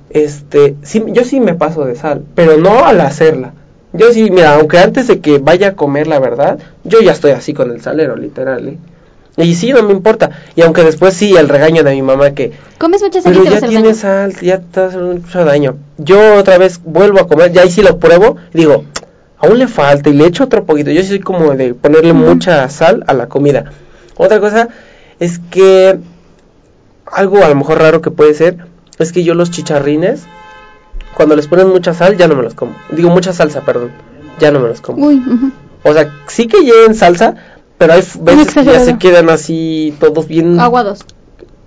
este, sí, yo sí me paso de sal, pero no al hacerla. Yo sí, mira, aunque antes de que vaya a comer, la verdad, yo ya estoy así con el salero, literal, ¿eh? Y sí, no me importa. Y aunque después sí, el regaño de mi mamá que,
Comes muchas
pero
salitas
ya tienes sal, ya te hace mucho daño. Yo otra vez vuelvo a comer, ya ahí sí lo pruebo, y digo, aún le falta y le echo otro poquito. Yo sí soy como de ponerle mucha sal a la comida. Otra cosa es que algo a lo mejor raro que puede ser es que yo los chicharrines, cuando les ponen mucha sal, ya no me los como. Digo, mucha salsa, perdón. ya no me los como.
Uy, ujú.
O sea, sí que lleven salsa, pero hay f- veces que ya
exagerado.
se quedan así todos bien
Aguados.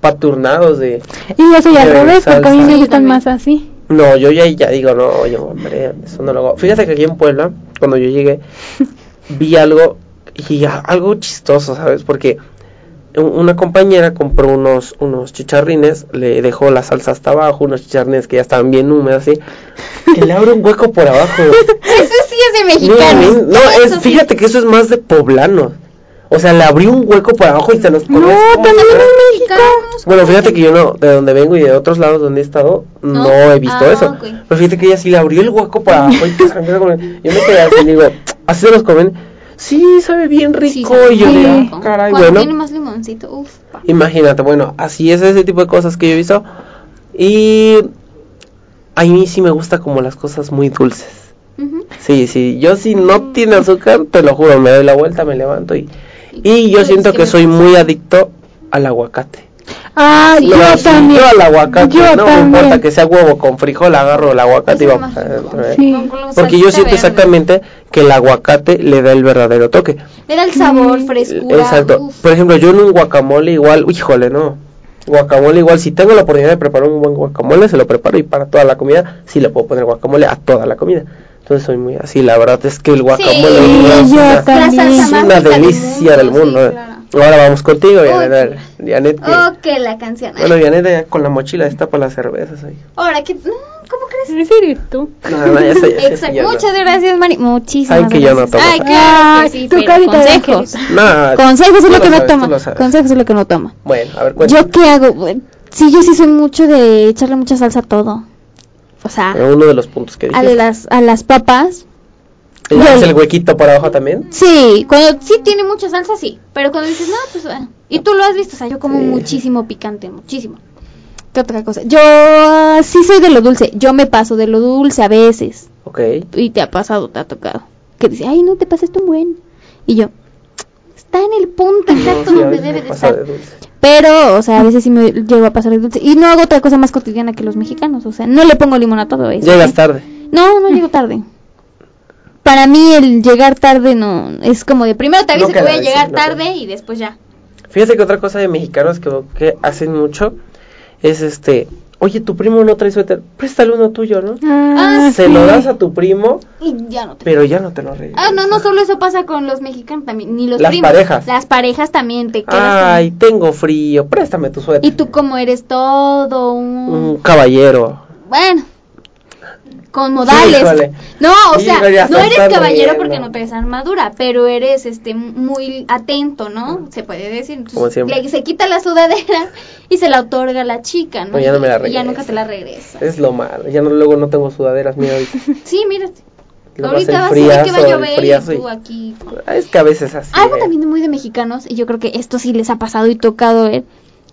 paturnados de...
Y yo soy al
Pero
revés, porque a mí
salsa.
me
Yo
gustan
también.
más así.
No, yo ya, ya digo, no, oye, hombre, eso no lo hago. Fíjate que aquí en Puebla, cuando yo llegué, vi algo, y a- algo chistoso, ¿sabes? Porque u- una compañera compró unos, unos chicharrines, le dejó la salsa hasta abajo, unos chicharrines que ya estaban bien húmedos, así, que le abre un hueco por abajo.
Eso sí es de
No,
mexicanos.
no, es-
Eso sí.
fíjate que eso es más de poblano. O sea, le abrió un hueco por abajo y se nos
No, también es
Mexicanos.
bueno, fíjate que yo no, de donde vengo y de otros lados donde he estado, no,
¿No?
he visto
Ah,
eso.
ok.
Pero fíjate que ella sí le abrió el hueco para abajo y que se empieza a comer. Yo me quedé así y digo, así se los comen. Sí, sabe bien
Sí,
rico.
sabe
y yo
muy
de, "Ah,
rico.
caray,
Cuando
bueno.
tiene más limoncito, uf. pa.
Imagínate, bueno, así es ese tipo de cosas que yo he visto. Y a mí sí me gusta como las cosas muy dulces.
Ujú. Mm.
Sí, sí, yo si no tiene azúcar, te lo juro, me doy la vuelta, me levanto y... Y yo
Pues,
siento
¿qué
que
me
soy muy adicto al aguacate.
Ah,
Sí,
yo
No,
también.
Yo al aguacate,
Yo
no me
también.
importa que sea huevo con frijol, agarro el aguacate y
Eso
vamos
es
a
más rico.
traer.
Sí.
Con- con la
Porque yo
salsita
siento
verde.
exactamente que el aguacate le da el verdadero toque.
Le da el sabor, frescura.
Mm, Exacto.
uf.
Por ejemplo, yo en un guacamole igual, híjole, no. Guacamole igual, si tengo la oportunidad de preparar un buen guacamole, se lo preparo y para toda la comida, sí le puedo poner guacamole a toda la comida. Entonces soy muy así, la verdad es que el guacamole
Sí,
es
yo
una,
también.
La salsa
es
más
una
rica del
delicia del mundo. ¿eh?
sí, claro.
Ahora vamos contigo, Janet.
chula.
Janet, que-
Oh, que la canción.
bueno, Janet ya con la mochila está para las cervezas ahí.
Ahora, que no, ¿cómo crees?
¿Ese eres tú?
No, no, ya sé, ya sé,
Exacto.
ya no.
Muchas gracias, Mari. Muchísimas
Saben que yo no
gracias.
tomo.
Ay, claro que
Ay,
sí,
tu
pero
carita de
consejos.
No,
Consejos
tú
es lo que
sabes,
no
tú
toma.
lo sabes.
Consejos es lo que no toma.
Bueno, a ver,
¿Yo
cuéntame.
qué hago? Sí, yo sí soy mucho de echarle mucha salsa a todo. O sea,
Uno de los puntos que
a
dije.
las, a las papas.
¿Le
yo-
das el huequito por abajo también?
Sí, cuando
Sí tiene mucha salsa, sí. Pero cuando dices, no, pues... ah. Y tú lo has visto, o sea, yo como muchísimo picante, muchísimo.
¿Qué otra cosa? Yo ah, sí soy de lo dulce. Yo me paso de lo dulce a veces.
Ok.
Y te ha pasado, te ha tocado. Que dice, ay, no te pases tan buen. Y yo,
Está en el punto exacto
Sí, a
donde
veces
debe
me
de
pasa
estar.
de dulce.
pero, o sea, a veces sí me llego a pasar de dulce. Y no hago otra cosa más cotidiana que los mexicanos. O sea, no le pongo limón a todo eso.
Llegas tarde.
No, no llego tarde. Para mí el llegar tarde no es como de primero
Primero te aviso
No
que voy
queda
a
eso,
llegar
no
tarde
queda.
y después ya.
Fíjate que otra cosa de mexicanos que, que hacen mucho es este... Oye, tu primo no trae suéter. Préstale uno tuyo, ¿no?
Ah,
Se lo das a tu primo,
Y ya no te...
pero ya no te lo regresas.
Ah, no, no solo eso pasa con los mexicanos también, ni los
Las
primos.
parejas.
Las parejas también te quedas.
Ay, tengo frío. Préstame tu
con- Y
suéter.
tú como eres todo un...
Un caballero.
Bueno. Con
Híjole.
modales. No, o
Sí,
sea,
híjole, hasta
no eres
estás
caballero
riendo.
porque no traes armadura, pero eres este muy atento, ¿no? Se puede decir. Entonces,
Como siempre.
le- se quita la sudadera y se la otorga a la chica, ¿no?
No, Pues ya no me la
Y ya nunca
regresa.
te la regresa.
Es lo malo. Ya no, luego no tengo sudaderas, mira ahorita.
Sí, mírate.
Luego hace
Ahorita vas a ver que va a
el
llover
friazo,
y
el
tú
friazo.
aquí.
y- Ah, Es que a veces así.
Algo
eh.
también muy de mexicanos, y yo creo que esto sí les ha pasado y ¿eh?
tocado ver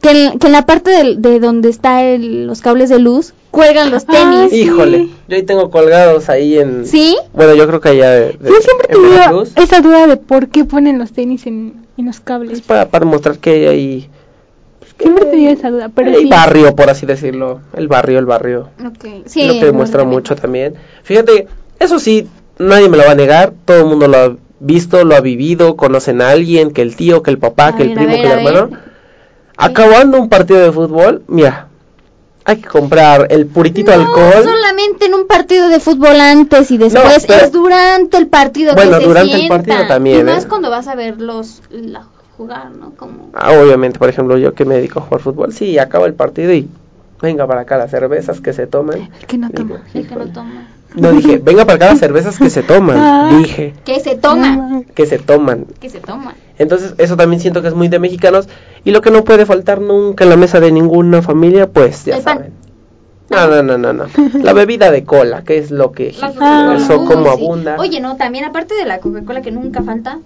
que en, que en la parte del- de, donde está el- los cables de luz cuelgan los tenis.
Ah, sí.
Híjole, yo ahí tengo colgados ahí en...
¿Sí?
Bueno, yo creo que allá de, de-
Yo siempre he
en
tenido
Veracruz.
esa duda de por qué ponen los tenis en, en los
Es
cables.
para, para mostrar que hay ahí...
Siempre he tenido esa duda, pero
hay
sí.
barrio, por así decirlo. El barrio, el barrio.
Ok,
Es
sí.
lo que muestra mucho también. Fíjate, eso sí, nadie me lo va a negar. Todo el mundo lo ha visto, lo ha vivido, conocen a alguien, que el tío, que el papá,
A
que el
ver, a
primo,
ver,
que el
a ver.
hermano.
¿eh?
Acabando un partido de fútbol, mira, hay que comprar el puritito alcohol.
Solamente en un partido de fútbol antes y después
No, pero-
es durante el partido.
Bueno,
que se-
durante el
sientan.
partido también,
Y más
¿eh?
cuando vas a ver los la, jugar, ¿no? Como
Ah, obviamente, por ejemplo, yo que me dedico a jugar fútbol, sí, acaba el partido y venga para acá las cervezas que se toman.
El que no toma.
el que no toma.
No dije, venga para acá las cervezas que se
Ah.
toman. Dije,
Que se toma,
que se toman.
que se toma.
Entonces, eso también siento que es muy de mexicanos. Y lo que no puede faltar nunca en la mesa de ninguna familia, pues ya
El pan.
saben. No, no, no, no, no. La bebida de cola, que es lo que
La
Ah,
Coca-Cola,
eso
uh,
como
sí.
abunda.
Oye, no, también aparte de la Coca-Cola que nunca falta,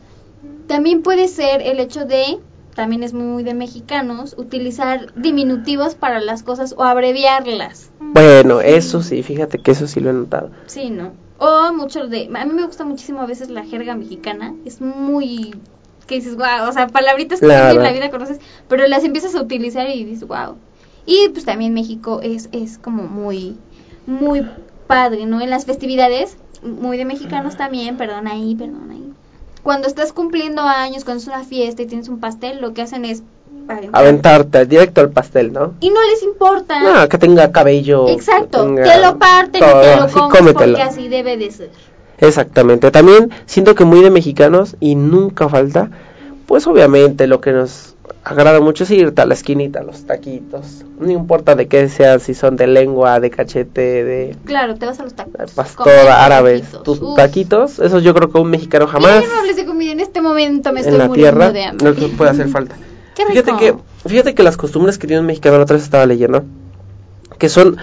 también puede ser el hecho de también es muy de mexicanos utilizar diminutivos para las cosas o abreviarlas.
Bueno, eso sí, fíjate que eso sí lo he notado.
Sí, ¿no? O mucho de... A mí me gusta muchísimo a veces la jerga mexicana. Es muy... Que dices, wow, o sea, palabritas que
Claro.
en la vida conoces, pero las empiezas a utilizar y dices, wow. Y pues también México es, es como muy, muy padre, ¿no? En las festividades muy de mexicanos también, perdón ahí, perdón ahí. Cuando estás cumpliendo años, cuando es una fiesta y tienes un pastel, lo que hacen es aventar.
Aventarte directo al pastel, ¿no?
Y no les importa.
Ah, que tenga cabello.
Exacto,
que tenga
te lo parten
todo,
y te lo
sí,
comes
cómetelo.
porque así debe de ser.
Exactamente. También siento que muy de mexicanos y nunca falta, pues obviamente lo que nos agrada mucho es irte a la esquinita, a los taquitos. No importa de qué sean, si son de lengua, de cachete, de
Claro, te vas a los tacos. comes
pastora, árabes, tus
Uf.
taquitos. Eso yo creo que un mexicano jamás
Miren, no hables de comida en este momento, me
en
estoy
la
muriendo
tierra
de hambre.
no nos puede hacer falta.
Qué rico.
Fíjate que, fíjate que las costumbres que tiene un mexicano, la otra vez estaba leyendo, que son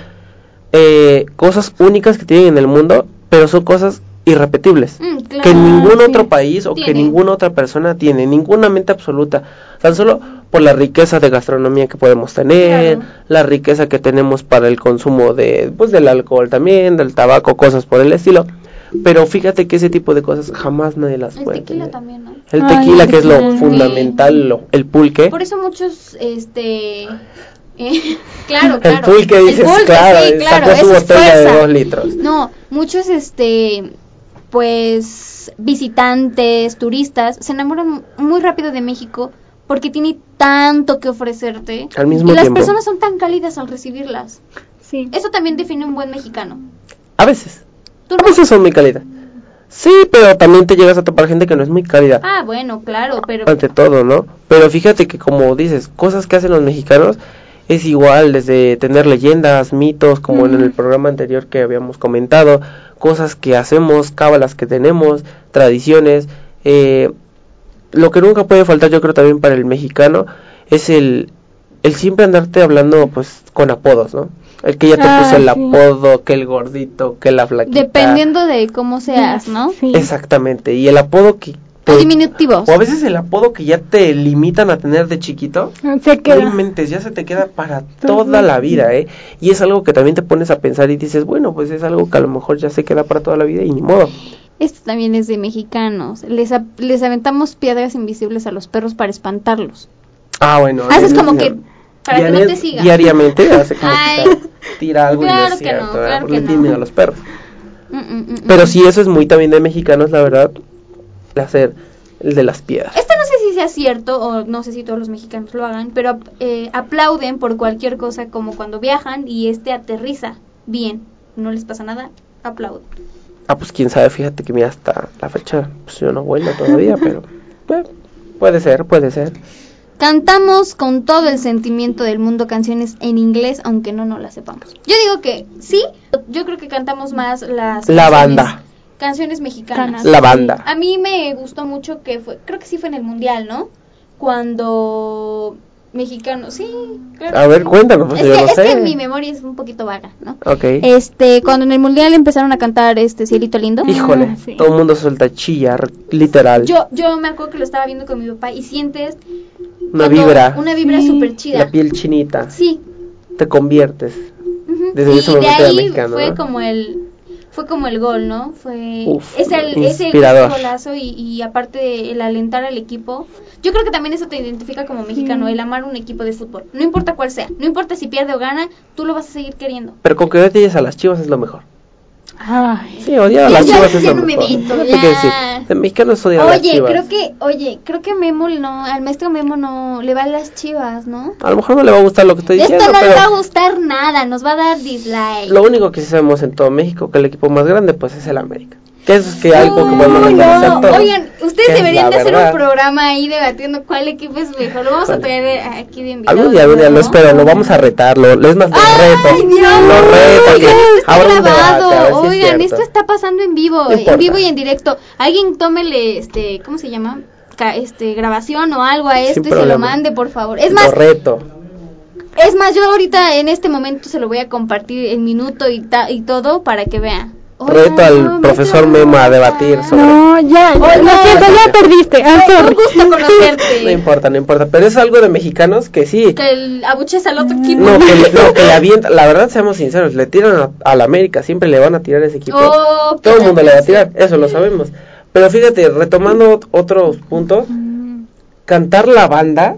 eh, cosas únicas que tienen en el mundo, pero son cosas irrepetibles.
Mm, claro.
Que ningún
sí.
otro país o que
Tiene.
ninguna otra persona tiene, ninguna mente absoluta. Tan solo por la riqueza de gastronomía que podemos tener,
Claro.
la riqueza que tenemos para el consumo de, pues, del alcohol también, del tabaco, cosas por el estilo. Pero fíjate que ese tipo de cosas jamás nadie las
El
puede
tequila
tener.
también, ¿no?
El
Ay,
tequila,
el
que es lo
tequila.
fundamental, lo- el pulque.
Por eso muchos, este... eh, claro,
El
claro.
pulque, dices, claro,
sí, claro,
sacó su
eso es
botella de
fuerza.
dos litros.
No, muchos, este, pues, visitantes, turistas, se enamoran muy rápido de México porque tiene tanto que ofrecerte.
Al mismo
y las
tiempo.
personas son tan cálidas al recibirlas.
Sí.
Eso también define un buen mexicano.
A veces,
¿Tú
a
no?
veces son muy cálidas. Sí, pero también te llegas a topar gente que no es muy cálida.
Ah, bueno, claro, pero...
ante todo, ¿no? Pero fíjate que como dices, cosas que hacen los mexicanos es igual desde tener leyendas, mitos, como en el programa anterior que habíamos comentado, cosas que hacemos, cábalas que tenemos, tradiciones. eh, lo que nunca puede faltar, yo creo también para el mexicano, es el, el siempre andarte hablando pues con apodos, ¿no? El que ya te
Ah,
puso el
sí.
apodo, que el gordito, que la flaquita.
Dependiendo de cómo seas, ¿no?
Sí.
Exactamente, y el apodo que...
O
te-
diminutivos.
o a veces el apodo que ya te limitan a tener de chiquito,
Se
no
queda.
inventes, ya se te queda para toda la vida, ¿eh? Y es algo que también te pones a pensar y dices, bueno, pues es algo que a lo mejor ya se queda para toda la vida y ni modo.
Esto Este también es de mexicanos. Les, ap- les aventamos piedras invisibles a los perros para espantarlos.
Ah, bueno.
Haces
eh,
como
eh,
que para que no
diaria-
te sigan.
Diariamente hace como
Ay.
que tira algo y no
Claro
es
que no,
cierto, ¿eh?
claro
Porque
que
tienen
no.
a los perros.
Mm, mm, mm, mm.
Pero sí, eso es muy también de mexicanos, la verdad, el hacer el de las piedras.
Esto no sé si sea cierto o no sé si todos los mexicanos lo hagan, pero eh, aplauden por cualquier cosa como cuando viajan y este aterriza bien, no les pasa nada, aplauden.
Ah, pues quién sabe, fíjate que mira, hasta la fecha, pues yo no vuelo todavía, pero eh, puede ser, puede ser.
Cantamos con todo el sentimiento del mundo canciones en inglés, aunque no nos las sepamos. Yo digo que sí, yo creo que cantamos más las
La
canciones-
banda.
canciones mexicanas.
La banda.
A mí me gustó mucho que fue, creo que sí fue en el mundial, ¿no? Cuando mexicanos, sí, claro.
A ver, cuéntanos, pues,
Es,
yo
que,
no
es
sé.
que mi memoria es un poquito vaga, ¿no?
Ok.
Este, cuando en el mundial empezaron a cantar este Cielito lindo.
Híjole,
Ah, sí.
todo el mundo suelta a chillar, literal.
Yo yo me acuerdo que lo estaba viendo con mi papá y sientes
una
cuando-
vibra,
una vibra
Sí.
súper chida.
la piel chinita,
Sí,
te conviertes.
Ujú.
Desde
y
ese
de
momento era
ahí
mexicano,
fue
¿no?
como el fue como el gol, ¿no? Fue
Uf,
es el, ese
inspirador.
golazo y, y aparte el alentar al equipo. Yo creo que también eso te identifica como mexicano, el amar un equipo de fútbol. No importa cuál sea, no importa si pierde o gana, tú lo vas a seguir queriendo.
Pero con que odies a las chivas es lo mejor.
Ay.
Sí, odiar a
Ya,
las
ya,
chivas es
ya
lo
no me
mejor.
meto,
Fíjate
ya.
que sí, de mexicanos odian a las
Oye,
chivas.
creo que oye, creo que Memo no, al maestro Memo no le va a las Chivas, ¿no?
A lo mejor no le va a gustar lo que estoy
Esto
diciendo,
no le
pero
va a gustar nada, nos va a dar dislike.
lo único que sí sabemos en todo México que el equipo más grande pues es el América. Que eso es que pues algo que podemos
Uy, no.
analizar todos.
Oigan, ustedes
Es
deberían
la
de hacer
verdad.
un programa ahí debatiendo cuál equipo es mejor. Lo vamos a
Híjole.
traer eh, aquí de invitado.
Algún día, algún día,
¿no?
lo espero, lo vamos a retar, lo, es más, lo reto,
Dios,
lo reto, que
Oigan, esto está
abra un debate, a
grabado.
ver si es
Oigan,
cierto.
esto está pasando en vivo,
No importa.
en vivo y en directo. Alguien tómele, este, ¿cómo se llama? Ca- Este, grabación o algo a esto y se lo
problema.
mande, por favor. Es más,
lo reto.
es más, yo ahorita en este momento se lo voy a compartir en minuto y, ta- y todo para que vean.
Reto al profesor Memo a debatir sobre-
No, ya.
Hola.
lo siento, ya perdiste. Ah,
Un
sorry.
gusto
No
conocerte.
importa, no importa, pero es algo de mexicanos que sí.
que el- abuches al otro equipo.
No, pues, que le, no, que le avienta- la verdad seamos sinceros, le tiran a- al América, siempre le van a tirar a ese equipo.
Oh,
Todo el
qué
mundo le va a
tristeza.
tirar, eso lo sabemos. Pero fíjate, retomando ot- otros puntos, cantar la banda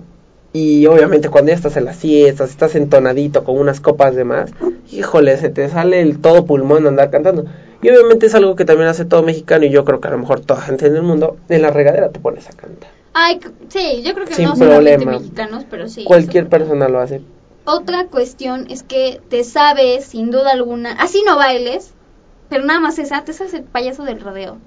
y obviamente cuando ya estás en las fiestas, estás entonadito con unas copas de más, híjole, se te sale el todo pulmón andar cantando. Y obviamente es algo que también hace todo mexicano y yo creo que a lo mejor toda gente en el mundo, en la regadera te pones a cantar.
Ay, c- sí, yo creo que
Sin
no solamente
problema.
mexicanos, pero sí.
Cualquier persona lo hace.
Otra cuestión es que te sabes, sin duda alguna, así no bailes, pero nada más esa, te sabes el payaso del rodeo.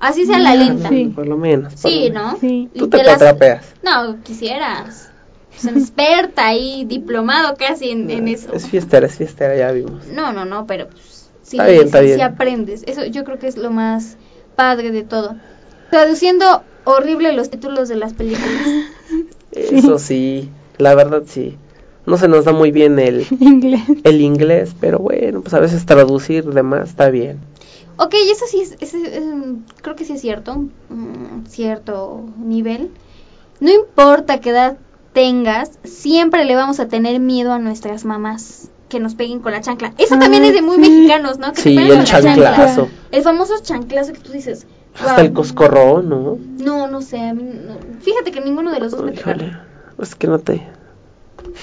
Así sea la lenta.
Ah, Sí.
Por lo menos. por
Sí,
lo menos.
¿no?
Sí.
Y
Tú te
las-
cuatrapeas.
No, quisieras. Es una experta y diplomado casi en, en eso.
Ah, Es fiestera, es fiestera, ya vimos.
No, no, no, pero pues, sí,
Está bien,
sí,
está
sí
bien.
aprendes. Eso yo creo que es lo más padre de todo. Traduciendo horrible los títulos de las películas.
Eso sí, la verdad sí. No se nos da muy bien el,
Inglés.
el inglés, pero bueno, pues a veces traducir demás está bien.
Ok, eso sí, es, es- es, mm, creo que sí es cierto, mm, cierto nivel. No importa qué edad tengas, siempre le vamos a tener miedo a nuestras mamás que nos peguen con la chancla. Eso también
Ah,
es de muy
sí.
mexicanos, ¿no? Que te
Sí,
peguen
el
con la chancla.
chanclazo.
El famoso chanclazo que tú dices.
Hasta
"Guau,
el coscorrón, ¿no?
No, no sé. a mí no- Fíjate que ninguno de los dos me
Híjole,
pegaron.
es que no te,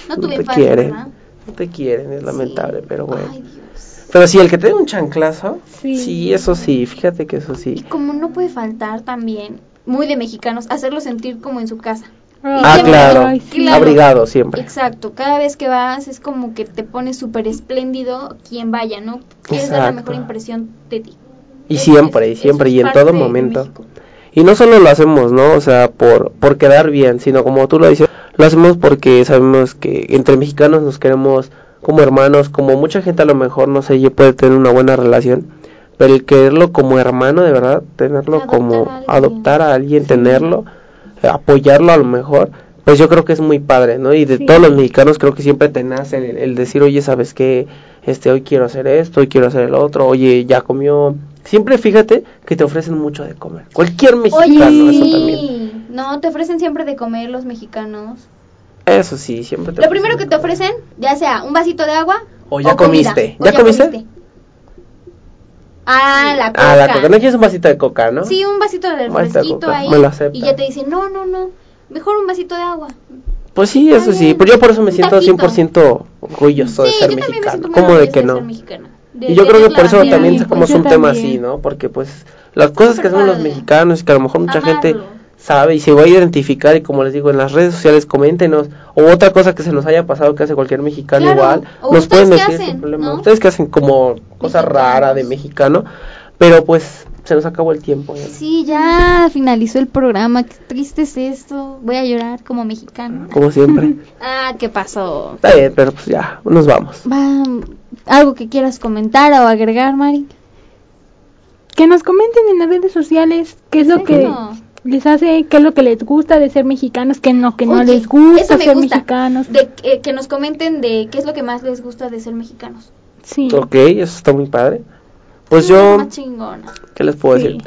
No
no te
tuve infancia,
quieren.
¿verdad?
no te quieren, es lamentable,
Sí.
pero bueno.
Ay, Dios.
Pero sí, el que te dé un chanclazo, sí.
Sí.
eso sí, fíjate que eso sí.
Como no puede faltar también, muy de mexicanos, hacerlo sentir como en su casa.
Ah,
siempre-
claro,
Ay, sí.
claro.
abrigado siempre.
Exacto, cada vez que vas es como que te pones súper espléndido quien vaya, ¿no? Quieres dar la
Exacto.
mejor impresión de ti.
Y
Eso
siempre,
es-
y
eso
siempre,
es
y en
parte
todo
de
momento.
México.
Y no solo lo hacemos, ¿no? O sea, por, por quedar bien, sino como tú lo dices, lo hacemos porque sabemos que entre mexicanos nos queremos como hermanos, como mucha gente a lo mejor, no sé, ya puede tener una buena relación, pero el quererlo como hermano, de verdad, tenerlo
Adoptar
como
a alguien.
adoptar a alguien, tenerlo, eh, apoyarlo a lo mejor, pues yo creo que es muy padre, ¿no? Y de
Sí.
todos los mexicanos creo que siempre te nace el, el decir, oye, ¿sabes qué? Este, hoy quiero hacer esto, hoy quiero hacer el otro, oye, ya comió. Siempre fíjate que te ofrecen mucho de comer. Cualquier
Oye,
mexicano, eso también.
sí. No, te ofrecen siempre de comer los mexicanos.
Eso sí, siempre te
Lo primero que
ofrecen
te ofrecen, ya sea un vasito de agua
O ya
comida,
comiste.
o
¿Ya comiste?
Ah, la coca.
Ah, la coca. No quieres un vasito de coca, ¿no?
Sí, un vasito de
Un vasito de
refresquito
coca,
ahí.
me lo acepta.
Y ya te dicen, no, no, no, mejor un vasito de agua.
Pues sí, eso
Está
sí.
bien.
Pero yo por eso me
Un
siento
taquito.
100% orgulloso de
sí,
ser
yo también me
mexicano.
siento muy
¿Cómo de
orgullosa
que
de
no?
ser mexicana. De
Y yo creo
tener
que
la
por eso
bandera
también
sí,
sacamos
yo
un tema
también.
así, ¿no? Porque pues las cosas que hacemos los
padre.
mexicanos, que a lo mejor mucha gente
Amarlo.
sabe y se va a identificar y como les digo en las redes sociales coméntenos o otra cosa que se nos haya pasado que hace cualquier mexicano
Claro,
igual,
o
nos pueden
ustedes qué
decir
hacen,
sin problema.
¿no?
Ustedes que hacen como cosa
Mexicanos.
rara de mexicano, pero pues se nos acabó el tiempo. ya.
Sí, ya finalizó el programa. Qué triste es esto. Voy a llorar como mexicano.
Como siempre.
Ah, ¿qué pasó?
Está bien, pero pues ya, nos vamos.
Va, algo que quieras comentar o agregar, Mari.
Que nos comenten en las redes sociales qué es lo que
Eso.
les hace, qué es lo que les gusta de ser mexicanos, qué no, que no
Oye,
les gusta
eso me
ser
gusta.
mexicanos.
De, que- eh, que nos comenten de qué es lo que más les gusta de ser mexicanos.
Sí.
Ok, eso está muy padre. Pues
Ah,
yo,
Más chingona.
¿qué les puedo
Sí.
decir?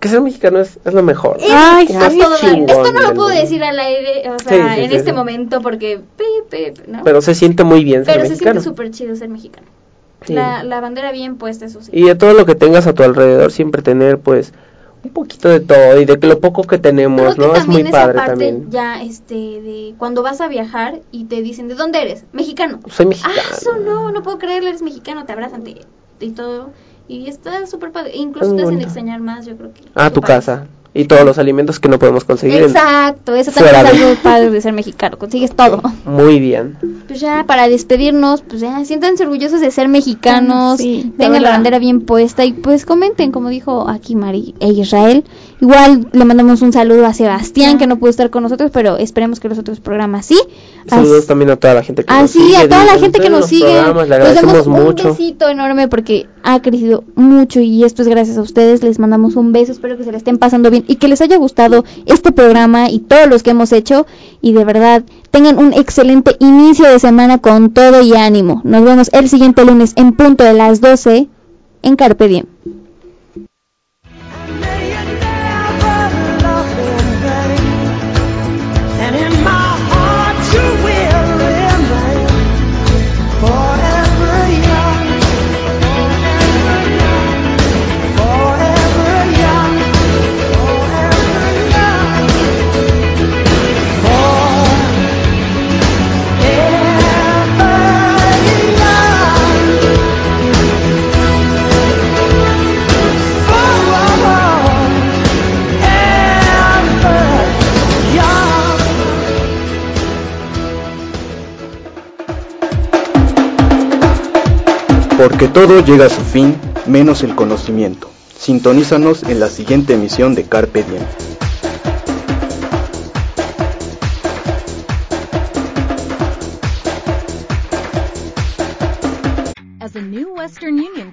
Que ser mexicano es, es lo mejor.
Ay,
Como
A
es
sí.
todo dar.
chingón
Esto no lo
del
puedo
mundo.
decir al aire, o sea,
Sí, sí,
en
sí,
este
sí.
momento porque... pi, pi, ¿no?
Pero se siente muy bien ser
Pero se
mexicano.
siente súper chido ser mexicano.
Sí.
La, la bandera bien puesta, eso sí.
Y de todo lo que tengas a tu alrededor, siempre tener pues un poquito de todo y de que lo poco que tenemos,
Creo
¿no?
que
Es muy
también esa
padre
parte
también.
ya, este, de cuando vas a viajar y te dicen, ¿de dónde eres? Mexicano.
Soy Pues, mexicano.
Ah, eso no, no puedo creerlo, eres mexicano, te abrazan te- y todo. Y está súper padre. E incluso
Muy
te hacen
bonito.
extrañar más, yo creo que.
a Ah, tu
país.
casa y todos los alimentos que no podemos conseguir. en-
Exacto, eso
Fuera
también es
de-
algo padre de ser mexicano, consigues todo.
Muy bien.
Pues ya, para despedirnos, pues ya, siéntanse orgullosos de ser mexicanos,
Sí, la
tengan la
verdad.
bandera bien puesta y pues comenten, como dijo aquí Mari e Israel. Igual le mandamos un saludo a Sebastián, que no pudo estar con nosotros, pero esperemos que los otros programas sí.
Saludos
Así-
también a toda la gente que nos
Así,
sigue.
a toda la
Disfruten
gente que nos
los
sigue.
programas, Le
les
agradecemos
damos
mucho.
un besito enorme porque ha crecido mucho y esto es gracias a ustedes. Les mandamos un beso. Espero que se la estén pasando bien y que les haya gustado este programa y todos los que hemos hecho. Y de verdad, tengan un excelente inicio de semana con todo y ánimo. Nos vemos el siguiente lunes en punto de las 12 en Carpe Diem.
And in my heart you will remain forever young, forever young, forever young, forever young, forever young. uh,
Porque todo llega a su fin, menos el conocimiento. Sintonízanos en la siguiente emisión de Carpe Diem.
As a new Western Union